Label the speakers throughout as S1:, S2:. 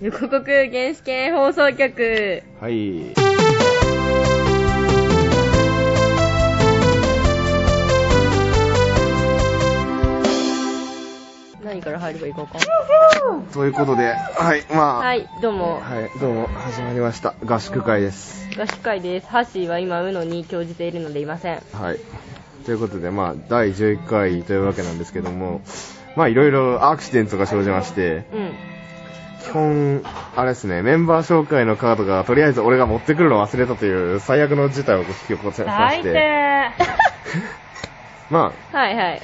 S1: 横国原始圏放送局。
S2: はい。
S1: 何から入ればいいか分かん
S2: ということで、はい、まあ、
S1: な
S2: はい、
S1: い。はい、どうも、
S2: どうも、始まりました。合宿会です。
S1: 合宿会です。ハッシーは今、うのに興じているのでいません。
S2: はい。ということで、まあ、第11回というわけなんですけども、まあ、いろいろアクシデントが生じまして、
S1: うん。
S2: 基本、あれですね、メンバー紹介のカードが、とりあえず俺が持ってくるのを忘れたという最悪の事態を引き起こしまし
S3: 最低
S2: て、 ま
S1: はいはい。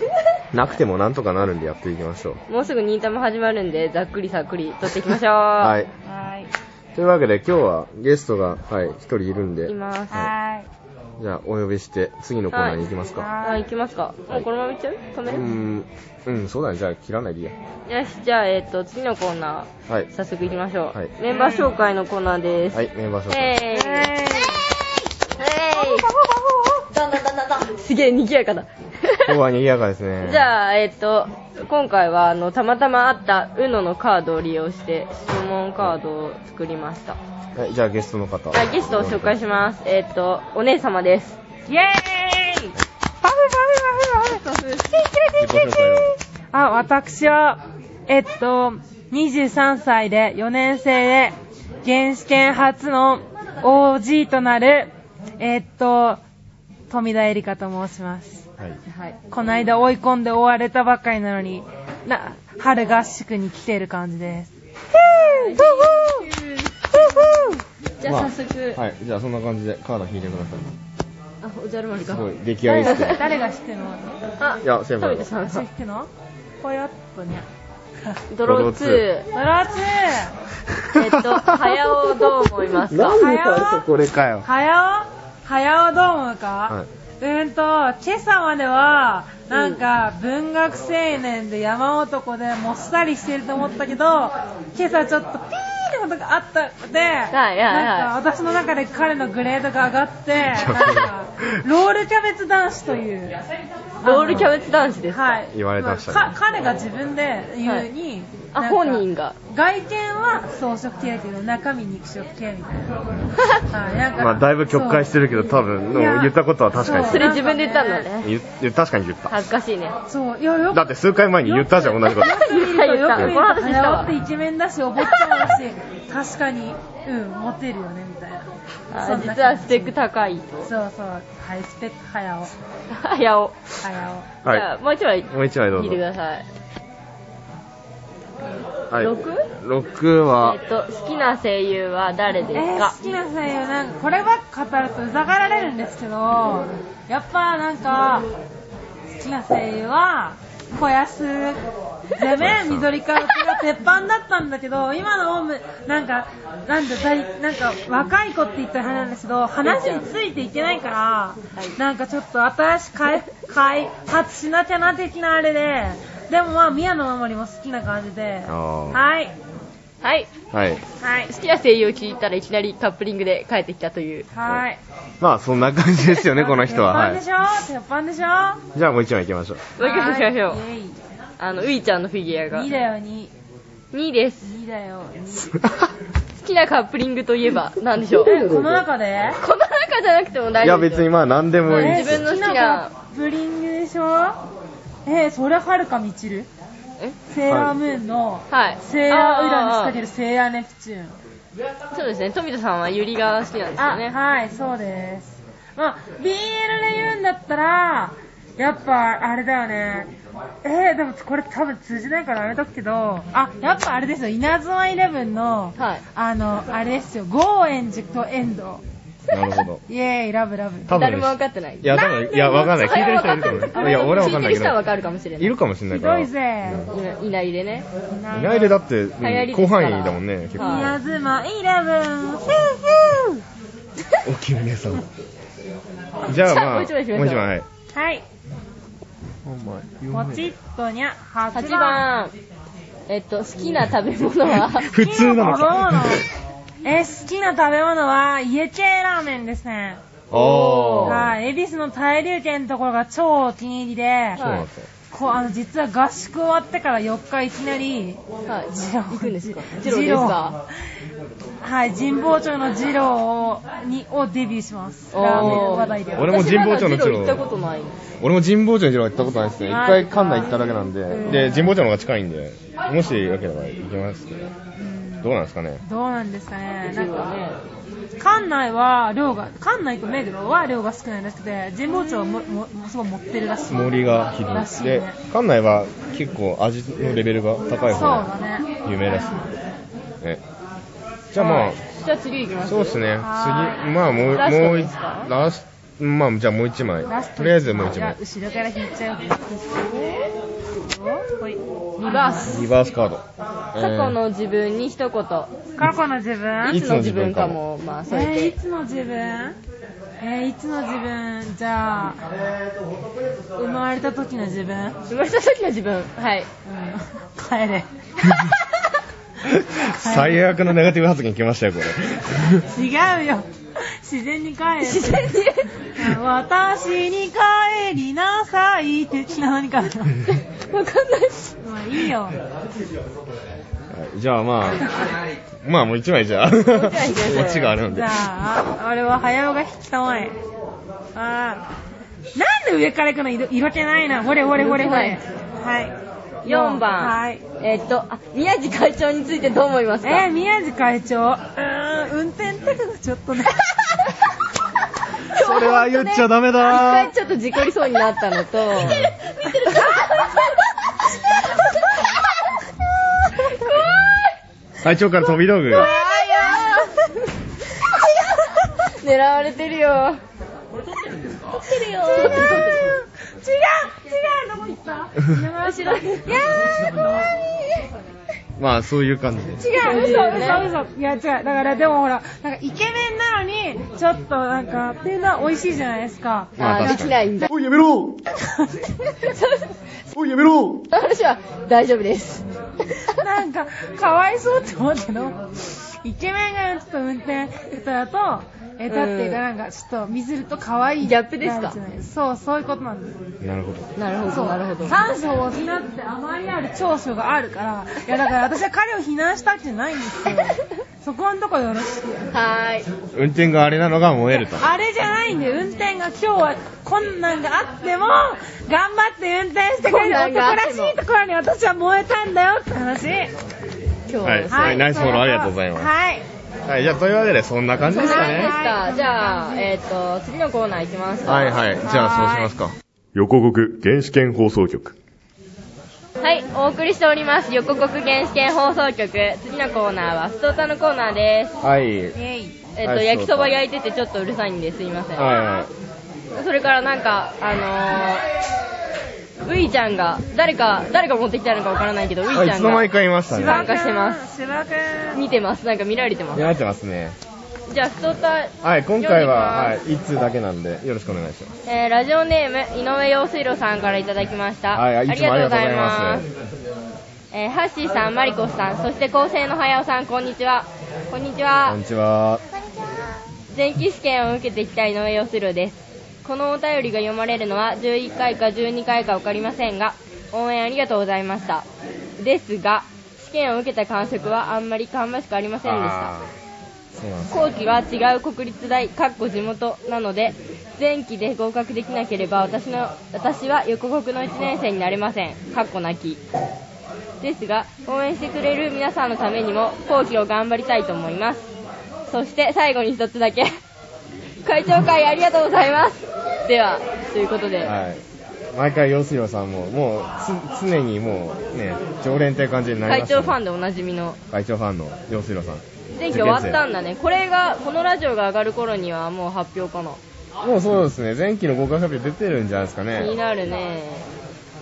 S2: あ、なくてもなんとかなるんでやっていきましょう。
S1: もうすぐニータも始まるんで、ざっくりさっくり撮っていきましょう。
S2: は。
S1: はい
S3: はい
S2: というわけで、今日はゲストが、はい、一人いるんで
S1: い、ます。
S3: は
S2: じゃあ、お呼びして、次のコーナーに行きますか。
S1: あ、行きますか。もうこのまま行っちゃう止め
S2: う
S1: る、
S2: ん、うん、そうだね。じゃあ切らないでいいや。
S1: よし、じゃあ、えっ、と、次のコーナ
S2: はい
S1: ー、。早速行きましょう、
S2: はい
S1: メンバー紹介のコーナーです。
S2: はい、メンバー紹
S1: えー
S2: 介。
S1: イ。
S3: い
S1: え
S3: いどんどんどんどんど
S1: ー
S3: ん
S1: イ。すげえ賑やかだ。
S2: 今日は賑やかですね。
S1: じゃあ、えっ、と、今回は、あの、たまたまあった、うののカードを利用して、質問カードを作りました。
S2: はい、じゃあゲストの方。
S1: はい、ゲストを紹介します。えっ、と、お姉様です。
S3: イェーイパフパフパフパフ
S2: 自己紹介を
S3: あ、私は、えっと、23歳で4年生で、原始圏初の OG となる、えっと、富田恵梨香と申します。
S2: はい。
S1: はい。
S3: この間追い込んで追われたばっかりなのに、な、春合宿に来てる感じです。ふぅふぅふぅ
S1: じゃ
S2: ま
S1: あ、早速、
S2: はい、じゃあそんな感じでカード引いてください。
S1: あ、おじゃる丸
S2: す
S1: か。
S2: ごい、出来がいいっすね。
S3: 誰が知ってるの
S1: あ、
S2: いやセーフだ
S1: 食べてしまいま
S3: 私
S1: し
S3: 引くのぽよっとね。
S1: た。ドロー
S2: ドロ
S1: 2。
S3: ドラツ
S1: えっと、早尾どう思いますか
S2: なんで最初これかよ。
S3: はやおはやおどう思うか、
S2: は
S3: うーんと、今朝までは、なんか、文学青年で山男でもっさりしてると思ったけど、今朝ちょっとピーってことがあったので、
S1: はいはい
S3: なんか私の中で彼のグレードが上がって、 なんか、ロールキャベツ男子という。
S1: ロールキャベツ男子ですか。
S3: はい。
S2: 言われましたね
S3: か彼が自分で言うに、
S1: あ、
S3: なんか
S1: 本人が。
S3: 外見は草食系だけど中身肉食系みたいな。はいなん
S2: い。
S3: か
S2: まあだいぶ曲解してるけど、多分、で
S3: いや
S2: も言ったことは確か
S3: そう
S1: そ
S2: に。
S1: れ自分で言ったんだね。
S2: 言言確かに言った。
S1: 恥ずかしいね。
S3: そう、そういやよく
S2: だって数回前に言ったじゃん、同じこと
S3: よ。く見るとよく見ると
S1: この話したわ
S3: ってイケメンだしお坊ちゃまだし確かにうんモテるよねみたいなそ
S1: あ
S3: んな
S1: 実はスペック高いと。
S3: そうそうはいスペック早尾
S1: 早尾。
S3: 早尾
S1: じゃあ、
S2: は
S1: もう一枚
S2: い。もう一枚どう
S1: 聞い
S2: ぞ
S1: てく。ださい。
S2: はい。
S1: 六
S2: 6は
S1: えっ、、と、好きな声優は誰です
S3: えー、
S1: か
S3: 好、きな声優なんかこればっか語るとうざがられるんですけどやっぱなんか好きな声優は小安でね緑川君が鉄板だったんだけど今のオウムなんかなんだだいなんか若い子って言ったらあれなんですけど話についていけないから、なんかちょっと新しく開開発しなきゃな的なあれででもまあ宮野真守も好きな感じで
S2: あー
S3: はい
S1: はい。
S2: はい。
S3: はい
S1: 好きな声優を聞いたらいきなりカップリングで帰ってきたという。
S3: はい
S2: まあそんな感じです よね、この人は。は
S3: 鉄板
S2: い
S3: で。しょ、鉄板でしょ
S2: じゃあもう一枚行きましょう。
S1: もう一回行きましょう。
S3: はいイエイ
S1: あの、ういちゃんのフィギュアが。
S3: 2だよ、2。
S1: 2です。
S3: 2だよ、2。
S1: 好きなカップリングといえば何でしょうこ
S3: えこの中で
S1: の中じゃなくても大 丈
S2: いや
S1: 夫です
S2: 別に
S1: よ。
S2: まあ何でもいいで
S1: 自
S2: す
S1: 分
S2: よ。
S1: の好きな
S3: カップリングでしょえー、それはるかみちる
S1: え
S3: セーラームーンの、
S1: はい。
S3: セーラーウラに仕掛
S1: る。
S3: けるセーラーネプチューン。
S1: そうですね。富田さんはユリが好きなんですよ
S3: あ、
S1: ね。
S3: はい、そうです。まあ、BL で言うんだったら、やっぱ、あれだよね。えー、でもこれ多分通じないからやめとくけど、あ、やっぱあれですよ、稲妻イレブンの、
S1: はい。
S3: あの、あれですよ、ゴーエンジとエンド。
S2: なるほど。
S3: イエーイ、ラブラブ。
S2: 多分
S1: 誰も分かってない。
S2: いや、多分、いや、わかんない。聞いてる人いると思う。いや、俺はわかんない
S1: 聞いてる
S2: け
S1: 人は分
S2: ど。
S1: かるかもしれない
S2: い。るかもしれな
S3: ひ
S2: いか
S3: ど
S2: ら。
S3: い
S2: い
S3: ぜ。
S1: いないでね。
S2: ないでだって、うん
S1: 行りです
S2: 広
S1: か
S2: 範
S1: ら
S2: 囲だもんね、結構。
S1: はい
S3: 稲妻イレブン、ヒューヒ
S2: おきめさん。じゃあまあ、もう
S1: じゃあもう一枚行きましょう
S2: 一枚、はい。
S3: ュー。はい、ポチッとにゃ、8
S1: 8
S3: 番。
S1: 番。えっと、好きな食べ物は
S2: 普通なのか
S3: 好。きな食べ物え、好きな食べ物は、家系ラーメンですね。
S2: おー。
S3: はい、恵比寿の大流圏のところが超お気に入りで、
S2: そうなんだ。
S3: こうあの実は合宿終わってから4日いきなり
S1: はい。
S3: ジロー
S1: 行くんですかジ
S3: ジロ
S1: ロ
S3: ー
S1: ーですか
S3: はい神保町のジローをにをデビューします
S1: おー
S3: ラーメン話題で
S2: 俺も神保町
S1: 私ま
S2: の
S1: だジロー行
S2: ジロー
S1: ったことない。
S2: 俺も神保町には行ったことないですね。一
S3: あ
S2: 回館内行っただけなんで。
S3: うん
S2: で、神保町の方が近いんで、もしよければ行きますけど。どうなんですかね。
S3: どうなんですかねなんか
S1: ね。
S3: 館内は量が館内と目黒は量が少ないらしくて神保町はもももすごい持ってるらしい
S2: 森がひど
S3: らしい
S2: い。
S3: ね
S2: で、館内は結構味のレベルが高い
S3: そう
S2: 方
S3: だ
S2: が
S3: ね
S2: 有名らしい。ね。じゃあまあ、
S1: じゃあ次行きます
S2: そうですね。次、
S3: はーい
S2: まあもう、
S1: ラスト
S2: もう
S1: で
S2: 一
S1: すか、
S2: ラスト、まあじゃあもう一枚
S3: ラス。ト
S2: とりあえずもう一
S3: じゃあ
S2: 枚。
S3: 後ろから引いちゃうほい
S1: リバース。
S2: リバースカード。
S1: 過去の自分に一言。
S3: 過去の自分
S1: いつの自分かも、まあ、
S3: え
S1: それ
S3: ー、い
S1: で。
S3: つの自分えー、いつの自分じゃあ生まれた時の自分、うん、
S1: 生まれた時の自分。はい。
S3: 帰れ
S2: 最悪のネガティブ発言来ましたよ、これ。
S3: 違うよ自然に帰れ
S1: 自然に。
S3: 私に帰りなさい的な何かな
S1: わかんないし。
S3: まあいいよ
S2: はいじゃあまあ、まあもう一枚じゃあ。
S1: 枚 です
S2: オチがあるん
S3: じ
S2: で
S3: ゃ。あ俺は早尾が引きたまえあーなんで上から行くの色色気ないなほれほれほれほれはい
S1: 4番。
S3: はい
S1: えーっと、あ、宮地会長についてどう思いますか
S3: えー、宮地会長、うーん、運転テクがちょっと ね。
S2: それは言っちゃダメ
S1: 一
S2: だ
S1: 回ちょっと事故りそうになったのと、
S4: 見てる
S2: 隊長から飛び道具。
S1: 狙われてるよ。
S4: るよ
S1: 撮ってる撮ってる
S3: 違う違うどこ行った後ろいやー、怖い
S2: まあそういう感じです。
S3: 違う、嘘、
S1: そうだよね
S3: 嘘、嘘。いや、違う。だから、でもほら、なんか、イケメンなのに、ちょっと、なんか、っていうのは美味しいじゃないですか。
S2: ま
S1: あー、
S2: あ
S1: できないんだ。
S2: おいやめ ろおいやめろ
S1: 私は大丈夫です。
S3: なんか、かわいそうって思うけど、イケメンがちょっと運転下手だと、下手っていうか、なんか、ちょっと、見せると可愛い。
S1: ギャップですか
S3: そう、そういうことなんです。
S2: なるほ ど。
S1: なるほ
S3: そ
S1: ど、
S3: う
S1: なるほど。
S3: 短所を失って甘りある長所があるから、いやだから私は彼を非難したんじゃないんで すよ。そこんとこよろしく。
S1: はーい。
S2: 運転があれなのが燃えると。
S3: あれじゃないんで、運転が今日は困難があっても、頑張って運転してくれ
S1: 困
S3: る
S1: 難
S3: 男
S1: があっ
S3: らして
S1: も
S3: いところに私は燃えたんだよって話。
S1: 今日
S2: はい
S1: は。
S2: ナイスフォローありがとうございます
S3: はい。
S2: はい、じゃあというわけでそんな感じ
S1: そ
S2: で
S1: ん
S2: す
S1: な
S2: か
S1: 感じで
S2: ね
S1: し。た。じゃあ、えーっと、次のコーナー行きますか。
S2: はいはい。じゃあそうしますか。
S5: 横国原始圏放送局。
S1: はい、お送りしております。横国原始圏放送局。次のコーナーは、ストータのコーナーです。
S2: はい。
S3: イェイ。。
S1: えっと、
S2: はい
S1: 焼きそば焼いててちょっとうるさいんですいません。
S2: は
S1: それからなんか、あのー、ういちゃんが、誰か、誰が持ってきたのかわからないけど、うい
S2: い
S1: ち
S2: はい。あ
S1: ゃ
S2: いつ
S1: ん
S2: の間に
S1: が
S2: かいました
S1: 芝
S2: ね。
S1: 参加してます
S3: 芝くん。
S1: 見てます。なんか見られてます。
S2: やられてますね。
S1: じゃあ、ストータ
S2: はい、今回は、は
S1: 読んでいきます
S2: い、一通だけなんで、よろしくお願いします。
S1: えーラジオネーム、井上陽水路さんからいただきました。
S2: はい、いつもありがとうござい
S1: ありがとうござい
S2: ま
S1: ますす。。えーハッシーさん、マリコスさん、そして構成の早尾さん、こんにちは。こんにちは。
S2: こんにちは。
S1: 前期試験を受けてきた井上陽水郎ですこのお便りが読まれるのは11回か12回か分かりませんが応援ありがとうございましたですが試験を受けた感触はあんまり芳しくありませんでした
S2: あーそうなんです。
S1: 後期は違う国立大かっこ地元なので前期で合格できなければ私の私は横国の1年生になれませんかっこなきですが応援してくれる皆さんのためにも後期を頑張りたいと思いますそして最後に一つだけ 会長会ありがとうございますではということで、
S2: はい。毎回、陽水郎さんも、もうつ、常にもう、ね、常連という感じになり
S1: 会
S2: ましたね、
S1: 長ファンでおなじみの
S2: 会長ファンの陽水郎さん。
S1: 前期終わったんだねこれがこのラジオが上がる頃にはもう発表かな
S2: もうそうですね、前期の合格発表出てるんじゃないですか
S1: 気に
S2: ね。
S1: なるね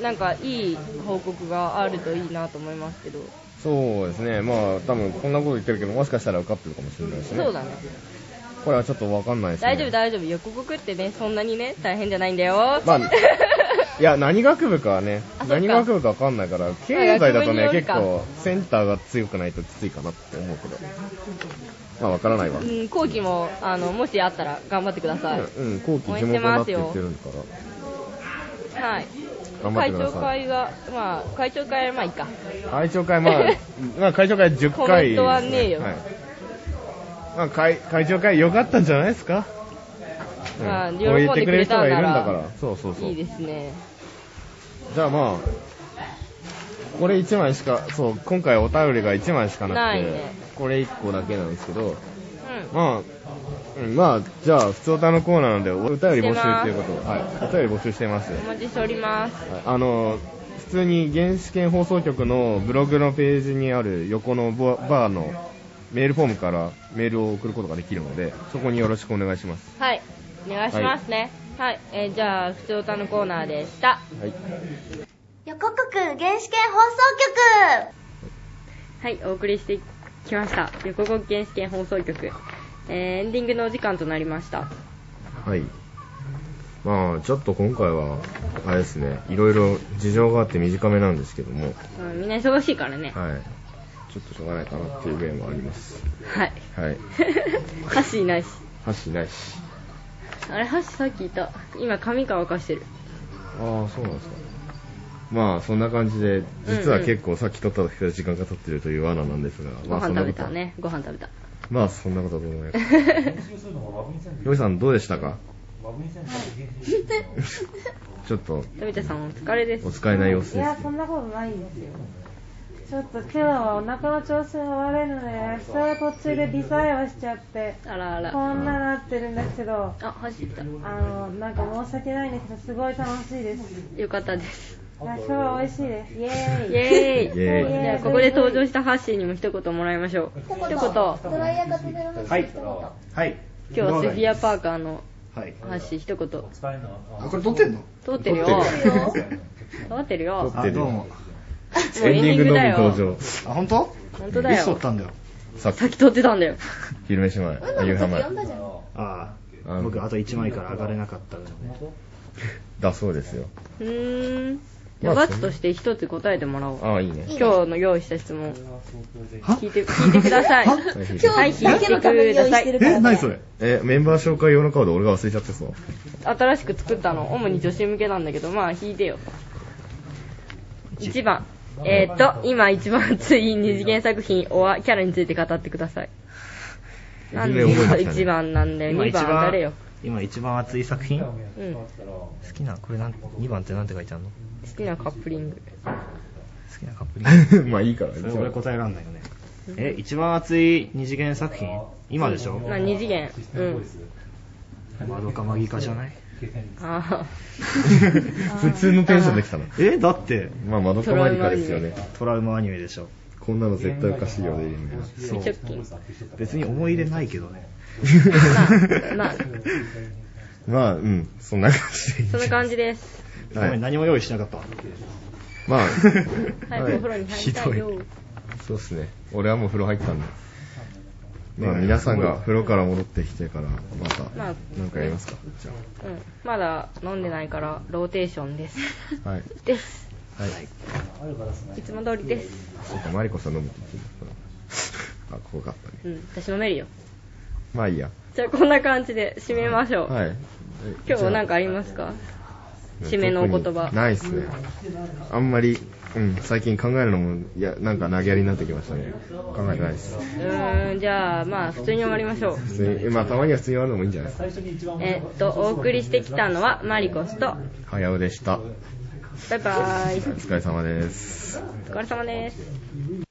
S1: なんかいい報告があるといいなと思いますけど、
S2: そうですね、まあ、多分こんなこと言ってるけど、もしかしたら受かってるかもしれないしね。
S1: そうだね
S2: これはちょっとわかんないですね。
S1: 大丈夫大丈夫横国ってねそんなにね大変じゃないんだよ
S2: まあいや、何学部かはね
S1: あそっ、か
S2: 何学部かわかんないから、経済だと
S1: 学部に
S2: ね
S1: よ、る
S2: 結
S1: か
S2: 構、センターが強くないときついかなって思うけど。まあ、わからないわ。
S1: うん後期もあのもしあったら頑張ってください、
S2: うん、後期
S1: 応援
S2: 地
S1: して
S2: 元だ
S1: ま
S2: っ
S1: す
S2: て
S1: よ
S2: 言ってるんだから。
S1: はい
S2: 頑張って
S1: 会
S2: くだ
S1: 長
S2: さい。
S1: 会が、まあ、会長会はまあいいか。
S2: 会長会、まあ、まあ、会長会10回、
S1: コメントはねえよ
S2: はい。まあ、会、会長会良かったんじゃないですかうん
S1: まあ
S2: こう言ってくれる人がいるんだ
S1: 喜んで
S2: か
S1: くれたんな
S2: ら
S1: ら。
S2: そうそうそう。
S1: いいですね。
S2: じゃあまあ、これ1枚しか、そう、今回お便りが1枚しかなくて、
S1: ないね
S2: これ1個だけなんですけど、
S1: うん。
S2: まあ、うん、まあ、じゃあ、普通歌のコーナーなんで、おお便り募集っていうことをはい、お便り募集してます。
S1: お待ちしております。
S2: はいあの、普通に原始圏放送局のブログのページにある横のボバーのメールフォームからメールを送ることができるので、そこによろしくお願いします。
S1: はい。お願いしますね。はい。えーじゃあ、普通歌のコーナーでした。
S2: はい。
S6: 横国原始圏放送局
S1: はい、お送りしてきました。横国原始圏放送局。えーエンディングのお時間となりました。
S2: はい。まあ、ちょっと今回は、あれですね、いろいろ事情があって短めなんですけども、
S1: うんみんな忙しいからね。
S2: はい。ちょっとしょうがないかなっていう面もあります。
S1: はい。
S2: はい。
S1: 箸いないし。
S2: 箸ないし。
S1: あれ、箸さっきいた。今、髪乾かしてる。
S2: ああ、そうなんですか。まあ、そんな感じで、実は結構さっき撮った時から時間が経ってるという罠なんですが、
S1: ご
S2: まあ、
S1: 飯
S2: そん
S1: 食
S2: なこ
S1: べ
S2: と
S1: た。ね。ご飯食べた。
S2: まあ、そんなことはどうでもよく。ロイさん、どうでしたかちょっと、
S1: 富田さん、お疲れです
S2: お。使いない様子
S3: い
S2: です
S3: や、そんなことないですよ。ちょっと今日はお腹の調子が悪いので、それ途中でリサイをしちゃって、
S1: あらあら。
S3: こんななってるんですけど、
S1: あ、箸来た。
S3: あの、なんか申し訳ないんですけど、すごい楽しいです。
S1: よかったです。
S3: いや今日は美味しいです。イェーイ
S1: イ。ェーイ。
S2: イェーイ
S1: じゃあ、ここで登場したハッシーにも一言もらいましょう。一言。
S6: ドライヤーが食べられます
S7: はい。はい。
S1: 今日はスフィアパーカーの
S7: はい。
S1: 話一言通
S7: あ、これ撮ってんの
S1: ってるよ通ってるよ
S2: 撮って
S7: あ、
S2: る
S7: どうも。
S1: もう
S2: エンディングのみ
S1: だよ
S2: 登場。
S7: あ、本当？
S1: 本当だ
S7: いつ撮っ
S1: よ
S7: たんだよ。
S2: さっ
S1: さっ
S2: き、
S1: き通ってた んだよ
S2: 昼飯前、
S6: 女
S2: 夕飯
S6: の時
S2: 前
S6: 呼ん。だじゃん
S7: あ
S2: あ
S7: あ、
S2: の
S7: 僕あと1枚から上がれなかったので。
S2: だそうですよ。
S1: うーんじゃ
S2: まあ
S1: あ罰として一つ答えてもらおう
S2: ああ、いいね。
S1: 今日の用意した質問
S7: は
S1: 聞いて聞いてください
S7: は
S2: ぜひ
S6: 今日だけのために用意してるから
S7: え、何それ
S2: え、メンバー紹介用のカード俺が忘れちゃってそう。
S1: 新しく作ったの主に女子向けなんだけどまあ引いてよ1番えー、っと今一番熱い二次元作品オアキャラについて語ってくださいなんで
S2: いずれ覚えてきたね
S1: 1番なんだよ2番誰よ、
S7: 今一番熱い作品好
S1: うん、好
S7: きな、これなん、2番ってなんて書いてあるの好
S1: きなカップリング
S7: きなカップリング。
S2: まあいいから、
S7: そ れ俺答えらんないよね。え、一番熱い二次元作品今でしょ
S1: まあ二次元うん
S7: 窓かマギかじゃない
S1: あ
S2: 普通のテンションできたの。
S7: え、だって、
S2: まあ、マドカマリカですよね。
S7: トラウマアニメでしょ。
S2: こんなの絶対おかしいよね、いいね
S1: あ
S7: そう
S1: 直。近
S7: 別に思い入れないけどね。
S1: まあまあ
S2: まあ、うん、そんな感じで
S1: そんな感じです
S7: ごめん、何も用意しなかった。
S2: まあ、
S1: 早
S2: は
S1: く
S2: い
S1: お風呂に入りたいよ
S7: ひどい
S2: そうっすね。俺はもう風呂入ったんで。まあ、皆さんが風呂から戻ってきてから、また、
S1: まあ
S2: なんかやりますか。じゃ
S1: うんまだ飲んでないからローテーション です
S2: あ。はい。
S1: です
S2: はい。
S1: いつも通りです
S2: そうか、マリコさん飲むって言ってたあ、怖かったね。
S1: うん私飲めるよ
S2: まあいいや。
S1: じゃあこんな感じで締めましょう、
S2: はい。
S1: 今日なんかありますか締めのお言葉
S2: 特にないっすね。あんまり、うん、最近考えるのも、いや、なんか投げやりになってきましたね。考えてないっす。
S1: うーんじゃあまあ普通に終わりましょう
S2: 普通に、まあ、たまには普通に終わるのもいいんじゃないですか。
S1: えーっとお送りしてきたのはマリコスと
S2: 早尾でした。
S1: バイバーイ
S2: お疲れ様です。
S1: お疲れ様です